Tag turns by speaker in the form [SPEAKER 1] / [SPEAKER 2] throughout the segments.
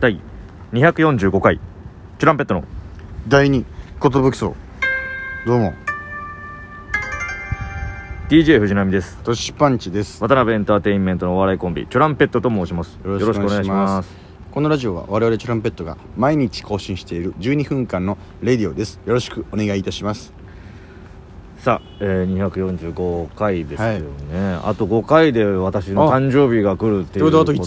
[SPEAKER 1] 第245回チュランペットの
[SPEAKER 2] 第二寿荘どうも
[SPEAKER 1] DJ 藤波です
[SPEAKER 2] トシパンチです
[SPEAKER 1] 渡辺エンターテインメントのお笑いコンビチュランペットと申しますよ
[SPEAKER 2] よ
[SPEAKER 1] ろ
[SPEAKER 2] ろ
[SPEAKER 1] し
[SPEAKER 2] し
[SPEAKER 1] く
[SPEAKER 2] く
[SPEAKER 1] お願
[SPEAKER 2] お願
[SPEAKER 1] い
[SPEAKER 2] い
[SPEAKER 1] し
[SPEAKER 2] し
[SPEAKER 1] ま
[SPEAKER 2] ますこのラジオは我々チュランペットが毎日更新している12分間のレディオですよろしくお願いいたします
[SPEAKER 1] さあ、えー、245回ですよね、あと5回で私の誕生日が来るっていうことでそ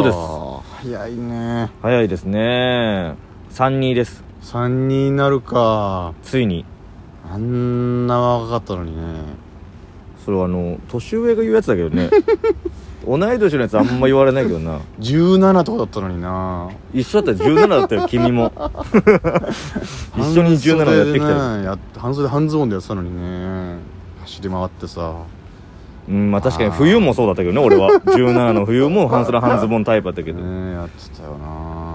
[SPEAKER 1] うです
[SPEAKER 2] す早いね
[SPEAKER 1] 早いですね32です
[SPEAKER 2] 3になるか
[SPEAKER 1] ついに
[SPEAKER 2] あんな若かったのにね
[SPEAKER 1] それはあの年上が言うやつだけど ね同い年のやつあんま言われないけどな
[SPEAKER 2] 17とかだったのにな
[SPEAKER 1] 一緒だったよ17だったよ君 も一緒に17をやってきたよ
[SPEAKER 2] 半袖でねやっ半袖半ズボンでやってたのにね走り回ってさ
[SPEAKER 1] うんまあ確かに冬もそうだったけどね俺は17の冬も半袖半ズボンタイプだったけ ど、
[SPEAKER 2] ねやってたよな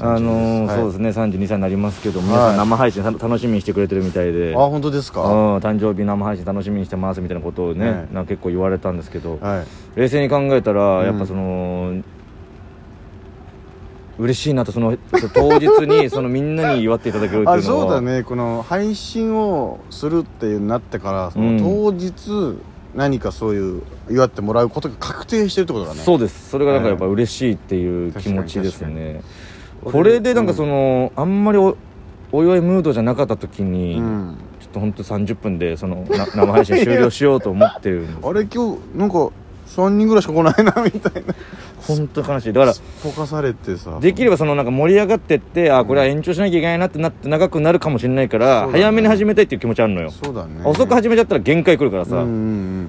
[SPEAKER 1] あのー
[SPEAKER 2] はい
[SPEAKER 1] そうですね32歳になりますけど皆さ
[SPEAKER 2] は
[SPEAKER 1] ん
[SPEAKER 2] い
[SPEAKER 1] 生配信さ楽しみにしてくれてるみたいで、
[SPEAKER 2] あ本当で
[SPEAKER 1] う
[SPEAKER 2] す
[SPEAKER 1] ん
[SPEAKER 2] か、
[SPEAKER 1] 誕生日生配信楽しみにしてますみたいなことをね、
[SPEAKER 2] はい
[SPEAKER 1] なんか結構言われたんですけど
[SPEAKER 2] はい
[SPEAKER 1] 冷静に考えたら
[SPEAKER 2] うん
[SPEAKER 1] やっぱその、嬉しいなとその当日にそのみんなに祝っていただけるっていうのは
[SPEAKER 2] あそうだねこの配信をするっていうなってからそ
[SPEAKER 1] うん
[SPEAKER 2] の当日何かそういう祝ってもらうことが確定してるってことだね
[SPEAKER 1] そうですそれがなんかやっぱ嬉しいっていう気持ちですねこれでなんかその、あんまりおお祝いムードじゃなかった時に、
[SPEAKER 2] うん、
[SPEAKER 1] ちょっと本当30分でそのな生配信終了しようと思って るんです
[SPEAKER 2] あれ今日なんか3人ぐらいしか来ないなみた いな
[SPEAKER 1] 本当悲しいだか
[SPEAKER 2] すっぽかされてさ
[SPEAKER 1] らできればそのなんか盛り上がってってあこれは延長しなきゃいけないなってなって長くなるかもしれないから、
[SPEAKER 2] そうだね
[SPEAKER 1] 早めに始めたいっていう気持ちあるのよ、
[SPEAKER 2] そうだね
[SPEAKER 1] 遅く始めちゃったら限界来るからさ、
[SPEAKER 2] うんうんうん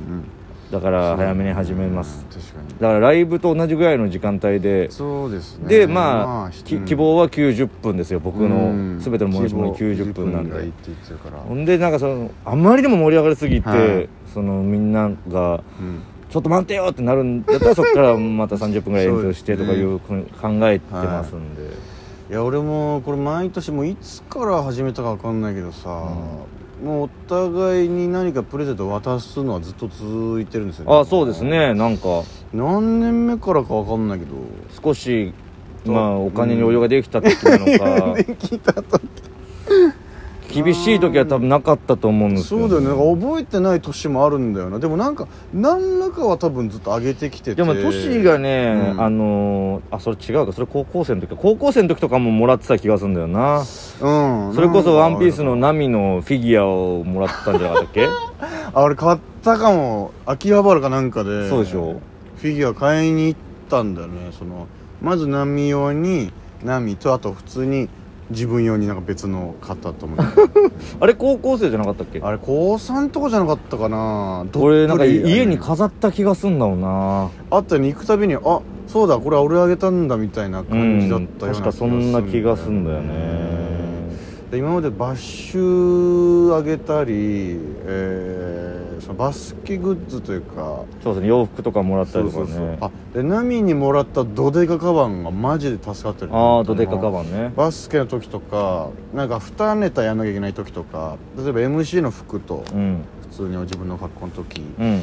[SPEAKER 1] だか
[SPEAKER 2] う
[SPEAKER 1] ら
[SPEAKER 2] ん
[SPEAKER 1] 早めに始めます
[SPEAKER 2] 確かに
[SPEAKER 1] だからライブと同じぐらいの時間帯で
[SPEAKER 2] そうですね
[SPEAKER 1] でまあ、き
[SPEAKER 2] うん
[SPEAKER 1] 希望は90分ですよ僕
[SPEAKER 2] うん
[SPEAKER 1] の全ての申し込み
[SPEAKER 2] 希望
[SPEAKER 1] 90分なん
[SPEAKER 2] がいいっ
[SPEAKER 1] で
[SPEAKER 2] て言ってるから
[SPEAKER 1] ほんでなんかそのあまりにも盛り上がりすぎて、
[SPEAKER 2] はい
[SPEAKER 1] そのみんなが
[SPEAKER 2] うん
[SPEAKER 1] 「ちょっと待ってよ!」ってなるんだった らそこからまた30分ぐらい延長してとかいうふうに考えてますんで、
[SPEAKER 2] いや俺もこれ毎年もういつから始めたか分かんないけどさ、もうお互いに何かプレゼント渡すのはずっと続いてるんですよ
[SPEAKER 1] あそうですねなんか
[SPEAKER 2] 何年目からか分かんないけど
[SPEAKER 1] 少しまあお金に余裕ができた時なの か、厳しい時は多分なかったと思うんですけ
[SPEAKER 2] そ
[SPEAKER 1] ど
[SPEAKER 2] うだよねなんか覚えてない年もあるんだよなでもなんか何らかは多分ずっと上げてきてて
[SPEAKER 1] でもトシがね、
[SPEAKER 2] うん
[SPEAKER 1] あのーあそれ違うかそれ高校生の時か高校生の時とかももらってた気がするんだよな
[SPEAKER 2] うん
[SPEAKER 1] それこそ「ワンピースのナミのフィギュアをもらったんじゃなかったっ け
[SPEAKER 2] あれ買ったかも秋葉原かなんかで
[SPEAKER 1] そうでしょ
[SPEAKER 2] フィギュア買いに行ったんだよねそのまずナミ用にナミとあと普通に自分用になんか別の買ったと 思う
[SPEAKER 1] あれ高校生じゃなかったっけ
[SPEAKER 2] あれ高3とかじゃなかったかなどっぷり
[SPEAKER 1] 俺なんか家に
[SPEAKER 2] あ
[SPEAKER 1] 飾った気がすんだもんな
[SPEAKER 2] あったよね行くたびにあそうだこれ俺あげたんだみたいな感じだったような、
[SPEAKER 1] 確かそんな気がすんだよね
[SPEAKER 2] で今までバッシュあげたり、えーそのバスケグッズというか
[SPEAKER 1] そうですね洋服とかもらったりとかね
[SPEAKER 2] あでナミにもらったドデカカバンがマジで助かってる
[SPEAKER 1] ああとでかカ
[SPEAKER 2] ン
[SPEAKER 1] バンね
[SPEAKER 2] バスケの時とかなんか2ネタやんなきゃいけない時とか例えば MC の服と
[SPEAKER 1] うん
[SPEAKER 2] 普通に自分の格好の時、
[SPEAKER 1] うん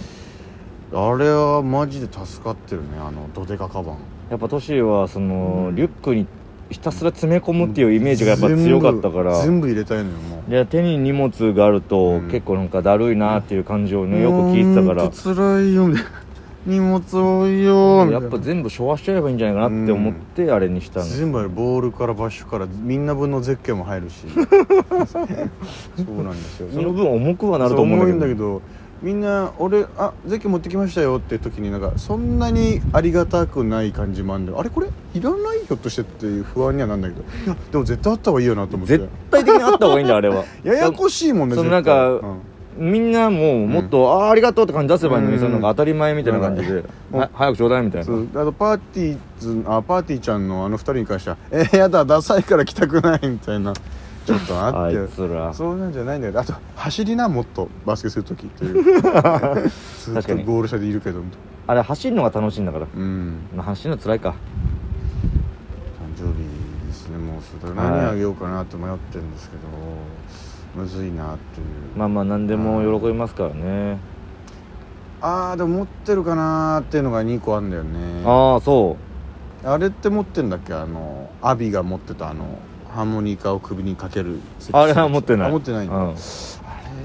[SPEAKER 2] あれはマジで助かってるねあのドデカカバン
[SPEAKER 1] やっぱトシはその、
[SPEAKER 2] うん
[SPEAKER 1] リュックにひたすら詰め込むっていうイメージがやっぱ強かったから
[SPEAKER 2] 全部全部入れたいのよもう
[SPEAKER 1] で手に荷物があると、
[SPEAKER 2] うん
[SPEAKER 1] 結構なんかだるいなっていう感じをねよく聞いてたから
[SPEAKER 2] つらいよみたいな荷物多いよみ
[SPEAKER 1] や
[SPEAKER 2] たいな
[SPEAKER 1] っぱ全部昭和しちゃえばいいんじゃないかなって思ってあれにしたの、
[SPEAKER 2] 全部あるボールからバッシュからみんな分のゼッケンも入 るしそうなんですよ
[SPEAKER 1] その分重くはなると思
[SPEAKER 2] そううん重いん
[SPEAKER 1] だ
[SPEAKER 2] だ
[SPEAKER 1] け
[SPEAKER 2] け
[SPEAKER 1] ど
[SPEAKER 2] どみんな俺あゼッケン持ってきましたよっていう時になんかそんなにありがたくない感じもあるんであれこれいらないひょっとしてっていう不安にはなんだけどいやでも絶対あった方がいいよなと思って
[SPEAKER 1] 絶対的にあった方がいいんだよあれは
[SPEAKER 2] ややこしいもんね
[SPEAKER 1] その
[SPEAKER 2] 絶対
[SPEAKER 1] なんかみんなもうもっと、ああありがとうって感じ出せばいいのに、
[SPEAKER 2] うん
[SPEAKER 1] そのなんか当たり前みたいな感じで、
[SPEAKER 2] うん
[SPEAKER 1] は早くちょうだいみたい
[SPEAKER 2] そ
[SPEAKER 1] な
[SPEAKER 2] うあとパーティーズあパーティーちゃんのあの二人に関しては 「えー、やだダサいから来たくない」みたいなちょっとあ
[SPEAKER 1] あ
[SPEAKER 2] っ
[SPEAKER 1] い
[SPEAKER 2] て
[SPEAKER 1] つら
[SPEAKER 2] そうなんじゃないんだよあと走りなもっとバスケする 時っていうずっ
[SPEAKER 1] 確か
[SPEAKER 2] と
[SPEAKER 1] に
[SPEAKER 2] ゴール下でいるけどみたい
[SPEAKER 1] あれ走るのが楽しいんだから、
[SPEAKER 2] なうん
[SPEAKER 1] まあ、走るの辛いか
[SPEAKER 2] 誕生日ですねもうそれ
[SPEAKER 1] はい
[SPEAKER 2] 何あげようかなって迷ってるんですけど、むずいなっていう、
[SPEAKER 1] まあまあ何でも喜びますからね
[SPEAKER 2] あーでも持ってるかなーっていうのが2個あんだよね
[SPEAKER 1] ああそ
[SPEAKER 2] あれって持ってんだっけあのアビが持ってたあのハーモニカを首にかける
[SPEAKER 1] あれは持ってない
[SPEAKER 2] あ持ってないんだ、
[SPEAKER 1] う
[SPEAKER 2] あ
[SPEAKER 1] ん
[SPEAKER 2] れ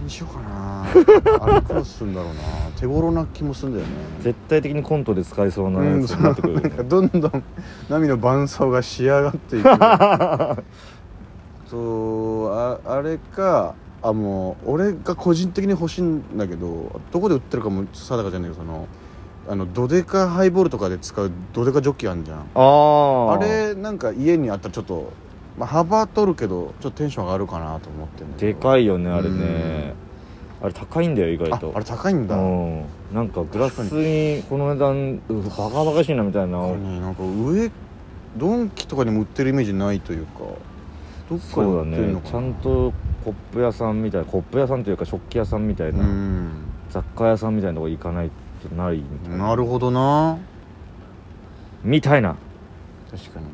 [SPEAKER 2] にしようかなあれクロスするんだろうな手頃な気もするんだよね
[SPEAKER 1] 絶対的にコントで使えそうな
[SPEAKER 2] う
[SPEAKER 1] や
[SPEAKER 2] ん
[SPEAKER 1] つ
[SPEAKER 2] そ
[SPEAKER 1] になってくる
[SPEAKER 2] う
[SPEAKER 1] よ
[SPEAKER 2] な
[SPEAKER 1] ね
[SPEAKER 2] んかどんどん波の伴奏が仕上がっていく そうああれかあもう俺が個人的に欲しいんだけどどこで売ってるかも定かじゃないけどそのあのドデカハイボールとかで使うドデカジョッキあんじゃん
[SPEAKER 1] ああ
[SPEAKER 2] あれなんか家にあったらちょっと、まあ、幅取るけどちょっとテンション上がるかなと思ってんだけ
[SPEAKER 1] で
[SPEAKER 2] ど
[SPEAKER 1] かいよねあれねあれ高いんだよ意外
[SPEAKER 2] あ
[SPEAKER 1] と
[SPEAKER 2] あれ高いんだ、
[SPEAKER 1] うんなんかグラスにこの値段うバカバカしいなみたいな
[SPEAKER 2] これねなんか上ドンキとかにも売ってるイメージないというかどっかで
[SPEAKER 1] そうだ
[SPEAKER 2] 売ってる
[SPEAKER 1] ね
[SPEAKER 2] のかな
[SPEAKER 1] ちゃんとコップ屋さんみたいなコップ屋さんというか食器屋さんみたいな、
[SPEAKER 2] うん
[SPEAKER 1] 雑貨屋さんみたいなとこ行かないとないみたいな
[SPEAKER 2] なるほどな
[SPEAKER 1] みたいな
[SPEAKER 2] 確かに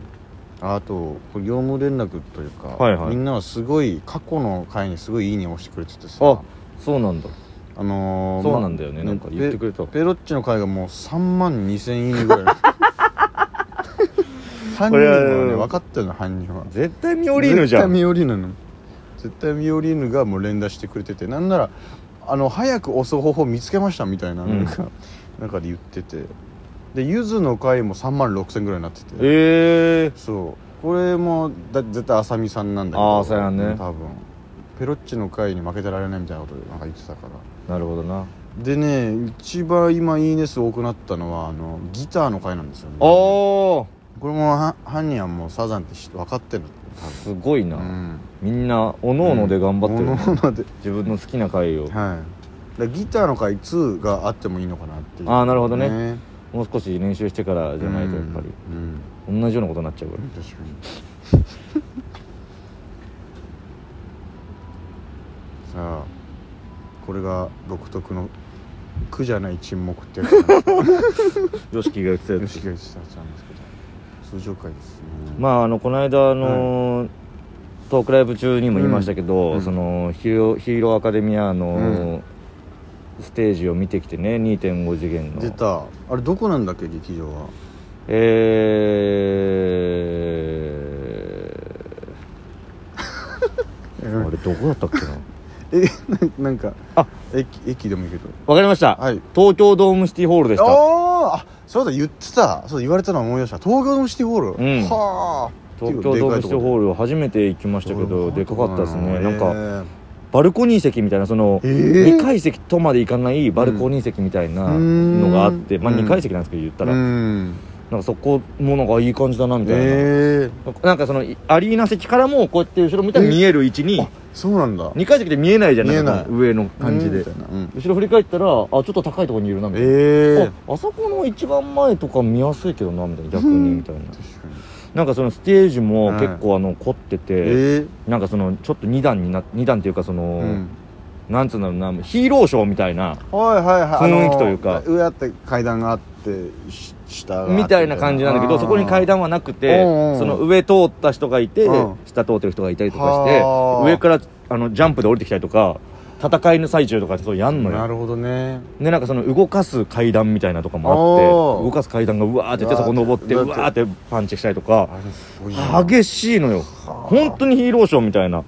[SPEAKER 2] あとこれ業務連絡というか、
[SPEAKER 1] はいはい
[SPEAKER 2] みんなはすごい過去の回にすごいいいねを押してくれててさ
[SPEAKER 1] あそうなんだ
[SPEAKER 2] あのー
[SPEAKER 1] そう
[SPEAKER 2] ま
[SPEAKER 1] なんだよねなんか言ってくれた
[SPEAKER 2] ペペロッチの回がもう3万2000いいねぐ らい犯人はね分かってるの犯人は
[SPEAKER 1] 絶対ミオリーヌじゃ
[SPEAKER 2] 絶対
[SPEAKER 1] ん
[SPEAKER 2] ミオリーヌなの絶対ミオリーヌがもう連打してくれててなんならあの早く押す方法見つけましたみたいな
[SPEAKER 1] うん
[SPEAKER 2] なんか、中で言っててでゆずの回も3万6000ぐらいになってて
[SPEAKER 1] ええ
[SPEAKER 2] そうこれもだ絶対浅見さんなんだけど
[SPEAKER 1] あーそうやね
[SPEAKER 2] うん多分ペロッチの回に負けてられないみたいなことなんか言ってたから
[SPEAKER 1] なるほどな
[SPEAKER 2] でね一番今いいね数多くなったのはあのギターの回なんですよねこ
[SPEAKER 1] あ
[SPEAKER 2] れもは犯人はもうサザンって知分かってるの
[SPEAKER 1] あすごいな、
[SPEAKER 2] 多分、うん、
[SPEAKER 1] みんなおのおので頑張ってるね、
[SPEAKER 2] もので
[SPEAKER 1] 自分の好きな回を
[SPEAKER 2] はいだからギターの回2があってもいいのかなっていう
[SPEAKER 1] あーなるほどねもう少し練習してからじゃないとやっぱり、
[SPEAKER 2] うん、
[SPEAKER 1] 同じようなことになっちゃうか
[SPEAKER 2] う
[SPEAKER 1] ら
[SPEAKER 2] ん、確かに さあこれが独特の苦じゃない沈黙ってやつなんですけど
[SPEAKER 1] YOSHIKI が言ってたや
[SPEAKER 2] 吉
[SPEAKER 1] つ
[SPEAKER 2] 木が言ってた やつなんですけど通常回ですね
[SPEAKER 1] まああのこの間あのートークライブ中にも言いましたけど、
[SPEAKER 2] うんうん
[SPEAKER 1] そのヒーローヒーローアカデミアの、ステージを見てきてね2.5次元
[SPEAKER 2] 出
[SPEAKER 1] の
[SPEAKER 2] たあれどこなんだっけ劇場は
[SPEAKER 1] え ー、あれどこだったっけな
[SPEAKER 2] えななんか
[SPEAKER 1] あ
[SPEAKER 2] 駅駅でもいいけど
[SPEAKER 1] わかりました、
[SPEAKER 2] はい
[SPEAKER 1] 東京ドームシティホールでした
[SPEAKER 2] おーあそうだ言ってたそうだ言われたの思い出した東京ドームシティホール、
[SPEAKER 1] うん
[SPEAKER 2] はあ
[SPEAKER 1] 東京ドームシティホー
[SPEAKER 2] ル
[SPEAKER 1] ルを初めて行きましたけどでかかったですねなんか、
[SPEAKER 2] か
[SPEAKER 1] バルコニー席みたいなその、
[SPEAKER 2] え
[SPEAKER 1] 2
[SPEAKER 2] ー、
[SPEAKER 1] 階席とまでいかないバルコニー席みたいなのがあって、
[SPEAKER 2] うん
[SPEAKER 1] まあ、
[SPEAKER 2] うん
[SPEAKER 1] 2階席なんですけど言ったら、
[SPEAKER 2] うん
[SPEAKER 1] なんかそこもなんかいい感じだなみたいな、
[SPEAKER 2] えー、
[SPEAKER 1] なんかそのいアリーナ席からもこうやって後ろ見たら見える位置に
[SPEAKER 2] あそうなんだ
[SPEAKER 1] 2階席で見えないじゃん
[SPEAKER 2] 見えない
[SPEAKER 1] んか上の感じで、
[SPEAKER 2] うんみたいなうん
[SPEAKER 1] 後ろ振り返ったらあちょっと高いところにいるなみ
[SPEAKER 2] え
[SPEAKER 1] たいな、
[SPEAKER 2] ー、
[SPEAKER 1] ああそこの一番前とか見やすいけどなみたいな逆にみたいな
[SPEAKER 2] 確かに
[SPEAKER 1] なんかそのステージも結構あの凝って
[SPEAKER 2] え
[SPEAKER 1] て、
[SPEAKER 2] ー
[SPEAKER 1] なんかそのちょっと2段にな2段っていうかその、
[SPEAKER 2] うん、
[SPEAKER 1] なんつうんだろうなヒーローショーみたいな
[SPEAKER 2] はいはいはい
[SPEAKER 1] 雰囲気というか
[SPEAKER 2] あの上あって階段があってし下があって
[SPEAKER 1] みたいな感じなんだけ
[SPEAKER 2] あ
[SPEAKER 1] ど
[SPEAKER 2] ー
[SPEAKER 1] そこに階段はなくて
[SPEAKER 2] うんうん
[SPEAKER 1] その上通った人がいて
[SPEAKER 2] うん
[SPEAKER 1] 下通ってる人がいたりとかして
[SPEAKER 2] はあ
[SPEAKER 1] 上からあのジャンプで降りてきたりとか戦いの最中とかそうやんの
[SPEAKER 2] な
[SPEAKER 1] よ
[SPEAKER 2] るほどね
[SPEAKER 1] でなんかその動かす階段みたいなとかもあって
[SPEAKER 2] おー
[SPEAKER 1] 動かす階段がうわーってやってそこ登って
[SPEAKER 2] う
[SPEAKER 1] うわ
[SPEAKER 2] わ
[SPEAKER 1] ー
[SPEAKER 2] ー
[SPEAKER 1] ってパンチしたりとか
[SPEAKER 2] あれすごいな
[SPEAKER 1] 激しいのよ本当にヒーローショーみたいな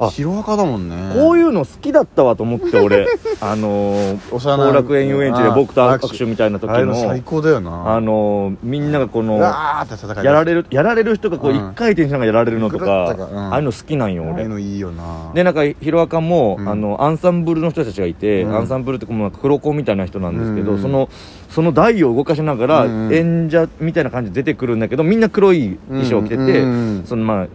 [SPEAKER 1] あ
[SPEAKER 2] ヒロアカだもんね
[SPEAKER 1] こういうの好きだったわと思って俺 あのー
[SPEAKER 2] 幼い
[SPEAKER 1] 後楽園遊園地で僕と握手みたいな時
[SPEAKER 2] ああいうの最
[SPEAKER 1] の
[SPEAKER 2] 高だよな
[SPEAKER 1] あのーみんながこ
[SPEAKER 2] う
[SPEAKER 1] の
[SPEAKER 2] わーって戦い
[SPEAKER 1] やられるやられる人がこう
[SPEAKER 2] うん
[SPEAKER 1] 一回転しながらやられるのと
[SPEAKER 2] ぐ
[SPEAKER 1] か、
[SPEAKER 2] るっとかうん
[SPEAKER 1] ああいうの好きなんよ
[SPEAKER 2] ああい
[SPEAKER 1] 俺
[SPEAKER 2] うのいいよな
[SPEAKER 1] でなんかヒロアカも、
[SPEAKER 2] うん
[SPEAKER 1] あのアンサンブルの人たちがいて、
[SPEAKER 2] うん
[SPEAKER 1] アンサンブルってこうなんか黒子みたいな人なんですけど、
[SPEAKER 2] うん
[SPEAKER 1] そのその台を動かしながら、
[SPEAKER 2] うん
[SPEAKER 1] 演者みたいな感じで出てくるんだけどみんな黒い衣装を着てて、
[SPEAKER 2] うんうんうん
[SPEAKER 1] そのまあ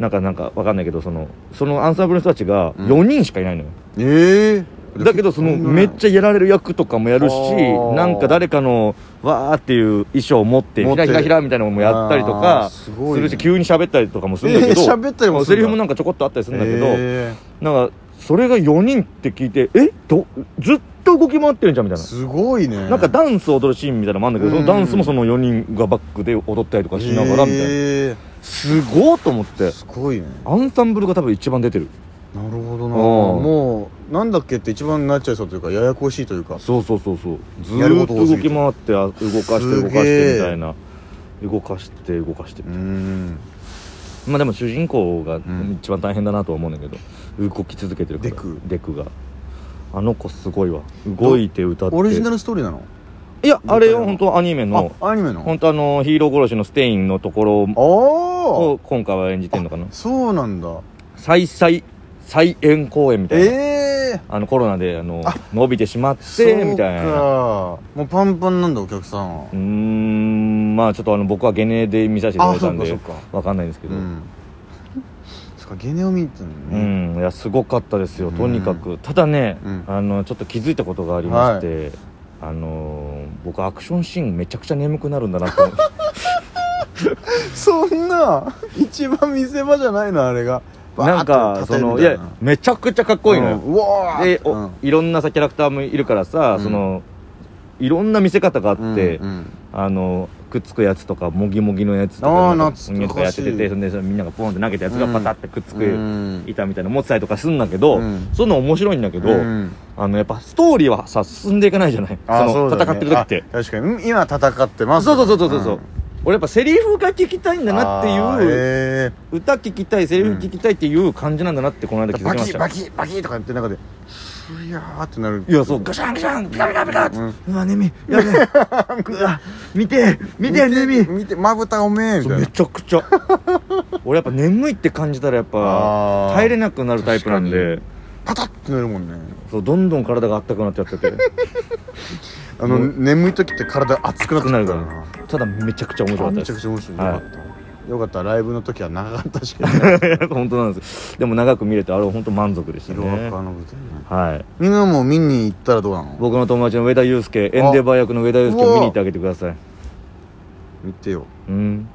[SPEAKER 1] なんかなんかわかんないけどそのそのアンサンブルの人たちが4人しかいないのよ、
[SPEAKER 2] ええ
[SPEAKER 1] だけどそのめっちゃやられる役とかもやるし
[SPEAKER 2] はあ
[SPEAKER 1] なんか誰かのわーっていう衣装を持って
[SPEAKER 2] 持っ
[SPEAKER 1] ひら
[SPEAKER 2] て
[SPEAKER 1] ひらひらみたいなのもやったりと
[SPEAKER 2] あー
[SPEAKER 1] か
[SPEAKER 2] す
[SPEAKER 1] す
[SPEAKER 2] ごいね
[SPEAKER 1] るし急に喋ったりとかもするんだけど
[SPEAKER 2] えー喋ったりもす
[SPEAKER 1] セ
[SPEAKER 2] るんだ
[SPEAKER 1] リフもなんかちょこっとあったりするんだけど、
[SPEAKER 2] え
[SPEAKER 1] なんかそれが4人って聞いてえどずっと動き回ってるんじゃんみ
[SPEAKER 2] え
[SPEAKER 1] たいな。
[SPEAKER 2] すごいね
[SPEAKER 1] なんかダンスを踊るシーンみたいなのもあるんだけど、
[SPEAKER 2] うん
[SPEAKER 1] そのダンスもその4人がバックで踊ったりとかしながらみたいな、
[SPEAKER 2] ええ
[SPEAKER 1] すごーと思って
[SPEAKER 2] すごいね
[SPEAKER 1] アンサンブルが多分一番出てる
[SPEAKER 2] なるほど
[SPEAKER 1] うん
[SPEAKER 2] なもうなんだっけって一番になっちゃいそうというかややこしいというか
[SPEAKER 1] そうそうそうそうず
[SPEAKER 2] やるこ
[SPEAKER 1] ーっ
[SPEAKER 2] と
[SPEAKER 1] と
[SPEAKER 2] 多す
[SPEAKER 1] 動
[SPEAKER 2] ぎて
[SPEAKER 1] き回ってあ動かして
[SPEAKER 2] す
[SPEAKER 1] 動か
[SPEAKER 2] げえ
[SPEAKER 1] してみたいな動かして動かしてみ
[SPEAKER 2] う
[SPEAKER 1] たいな、
[SPEAKER 2] ん
[SPEAKER 1] まあでも主人公が
[SPEAKER 2] ん
[SPEAKER 1] 一番大変だなとは思うんだけど、動き続けてるから
[SPEAKER 2] デク
[SPEAKER 1] デクがあの子すごいわ動いて歌って
[SPEAKER 2] オリジナルストーリーなの
[SPEAKER 1] いやあれよ本当アニメの
[SPEAKER 2] あアニメの
[SPEAKER 1] 本当あのヒーロー殺しのステインのところ
[SPEAKER 2] あ
[SPEAKER 1] を今回は演じてんのかな
[SPEAKER 2] あそうなんだ
[SPEAKER 1] 再再再演公演みたいな、
[SPEAKER 2] ええ
[SPEAKER 1] あのコロナであの
[SPEAKER 2] あ
[SPEAKER 1] 伸びてしまっ
[SPEAKER 2] そう
[SPEAKER 1] てみたいな
[SPEAKER 2] かもうパンパンなんだお客さんは
[SPEAKER 1] うーんまあちょっとあの僕はゲネで見させていただ
[SPEAKER 2] あ
[SPEAKER 1] いた
[SPEAKER 2] そ
[SPEAKER 1] ん
[SPEAKER 2] っか
[SPEAKER 1] で
[SPEAKER 2] そっか
[SPEAKER 1] わかんないんですけ
[SPEAKER 2] う
[SPEAKER 1] どうん、
[SPEAKER 2] んそっかゲネを見てたのね
[SPEAKER 1] いやすごかったですよとにかく、ただね、
[SPEAKER 2] うん
[SPEAKER 1] あのちょっと気づいたことがありまして、あのー僕アクションシーンめちゃくちゃ眠くなるんだなと 思って
[SPEAKER 2] そんな一番見せ場じゃないのあれが
[SPEAKER 1] なんかそのいやめちゃくちゃかっこいいのよ、
[SPEAKER 2] うわ
[SPEAKER 1] でおいろんなさキャラクターもいるからさ、
[SPEAKER 2] うん
[SPEAKER 1] そのいろんな見せ方があって、
[SPEAKER 2] うん
[SPEAKER 1] あのくっつくやつとかもぎもぎのやつとか
[SPEAKER 2] あー
[SPEAKER 1] なんか
[SPEAKER 2] 懐かしい
[SPEAKER 1] とかやっててそんでそのみんながポンって投げたやつが
[SPEAKER 2] うん
[SPEAKER 1] パタってくっつ
[SPEAKER 2] う
[SPEAKER 1] く
[SPEAKER 2] ん
[SPEAKER 1] 板みたいなの持ってたりとかするんだけど、
[SPEAKER 2] うん
[SPEAKER 1] そういうの面白いんだけど、
[SPEAKER 2] うん
[SPEAKER 1] あのやっぱストーリーはさ進んでいかないじゃない
[SPEAKER 2] あ
[SPEAKER 1] その
[SPEAKER 2] そうだ
[SPEAKER 1] 戦
[SPEAKER 2] ね
[SPEAKER 1] ってる時って
[SPEAKER 2] あ確かにうん今戦ってます
[SPEAKER 1] そうそうそうそうそう、
[SPEAKER 2] ん
[SPEAKER 1] 俺やっぱセリフが聞きたいんだなって
[SPEAKER 2] あ
[SPEAKER 1] いう、
[SPEAKER 2] ーへ
[SPEAKER 1] 歌聞きたいセリフ聞きたいっていう感じなんだなってこの間
[SPEAKER 2] ー
[SPEAKER 1] 気づ
[SPEAKER 2] バ
[SPEAKER 1] きま
[SPEAKER 2] キ
[SPEAKER 1] した
[SPEAKER 2] バキバキとかやってる中でスヤーってなる
[SPEAKER 1] いやそうガシャンガシャンピカピカピカって、う
[SPEAKER 2] うん
[SPEAKER 1] わねみやべえ うわ見て見てねみ
[SPEAKER 2] 見てまぶたおめえみ
[SPEAKER 1] そう
[SPEAKER 2] たい
[SPEAKER 1] め
[SPEAKER 2] な
[SPEAKER 1] ちゃくちゃ俺やっぱ眠いって感じたらやっぱ
[SPEAKER 2] あー
[SPEAKER 1] 耐えれなくなるタイプなんで
[SPEAKER 2] パタッてなるもんね
[SPEAKER 1] そうどんどん体が温くなっちゃってて
[SPEAKER 2] あの
[SPEAKER 1] うん
[SPEAKER 2] 眠い時って体熱くなって
[SPEAKER 1] く
[SPEAKER 2] く
[SPEAKER 1] な
[SPEAKER 2] る
[SPEAKER 1] る
[SPEAKER 2] か
[SPEAKER 1] からら
[SPEAKER 2] な
[SPEAKER 1] ただめちゃくちゃ面白かっ
[SPEAKER 2] あ
[SPEAKER 1] た
[SPEAKER 2] め
[SPEAKER 1] で
[SPEAKER 2] ちゃく
[SPEAKER 1] す
[SPEAKER 2] ちゃ面白いよ
[SPEAKER 1] はい
[SPEAKER 2] かったよかったライブの時は長かっ たしかね
[SPEAKER 1] 本当なんですでも長く見れてあれは本当満足でした
[SPEAKER 2] 色
[SPEAKER 1] ね
[SPEAKER 2] 赤の舞台ね
[SPEAKER 1] はい
[SPEAKER 2] みんなも見に行ったらどうなの
[SPEAKER 1] 僕の友達の上田祐介エンデバー役の上田祐介を見に行ってあげてください
[SPEAKER 2] 見てよ
[SPEAKER 1] うん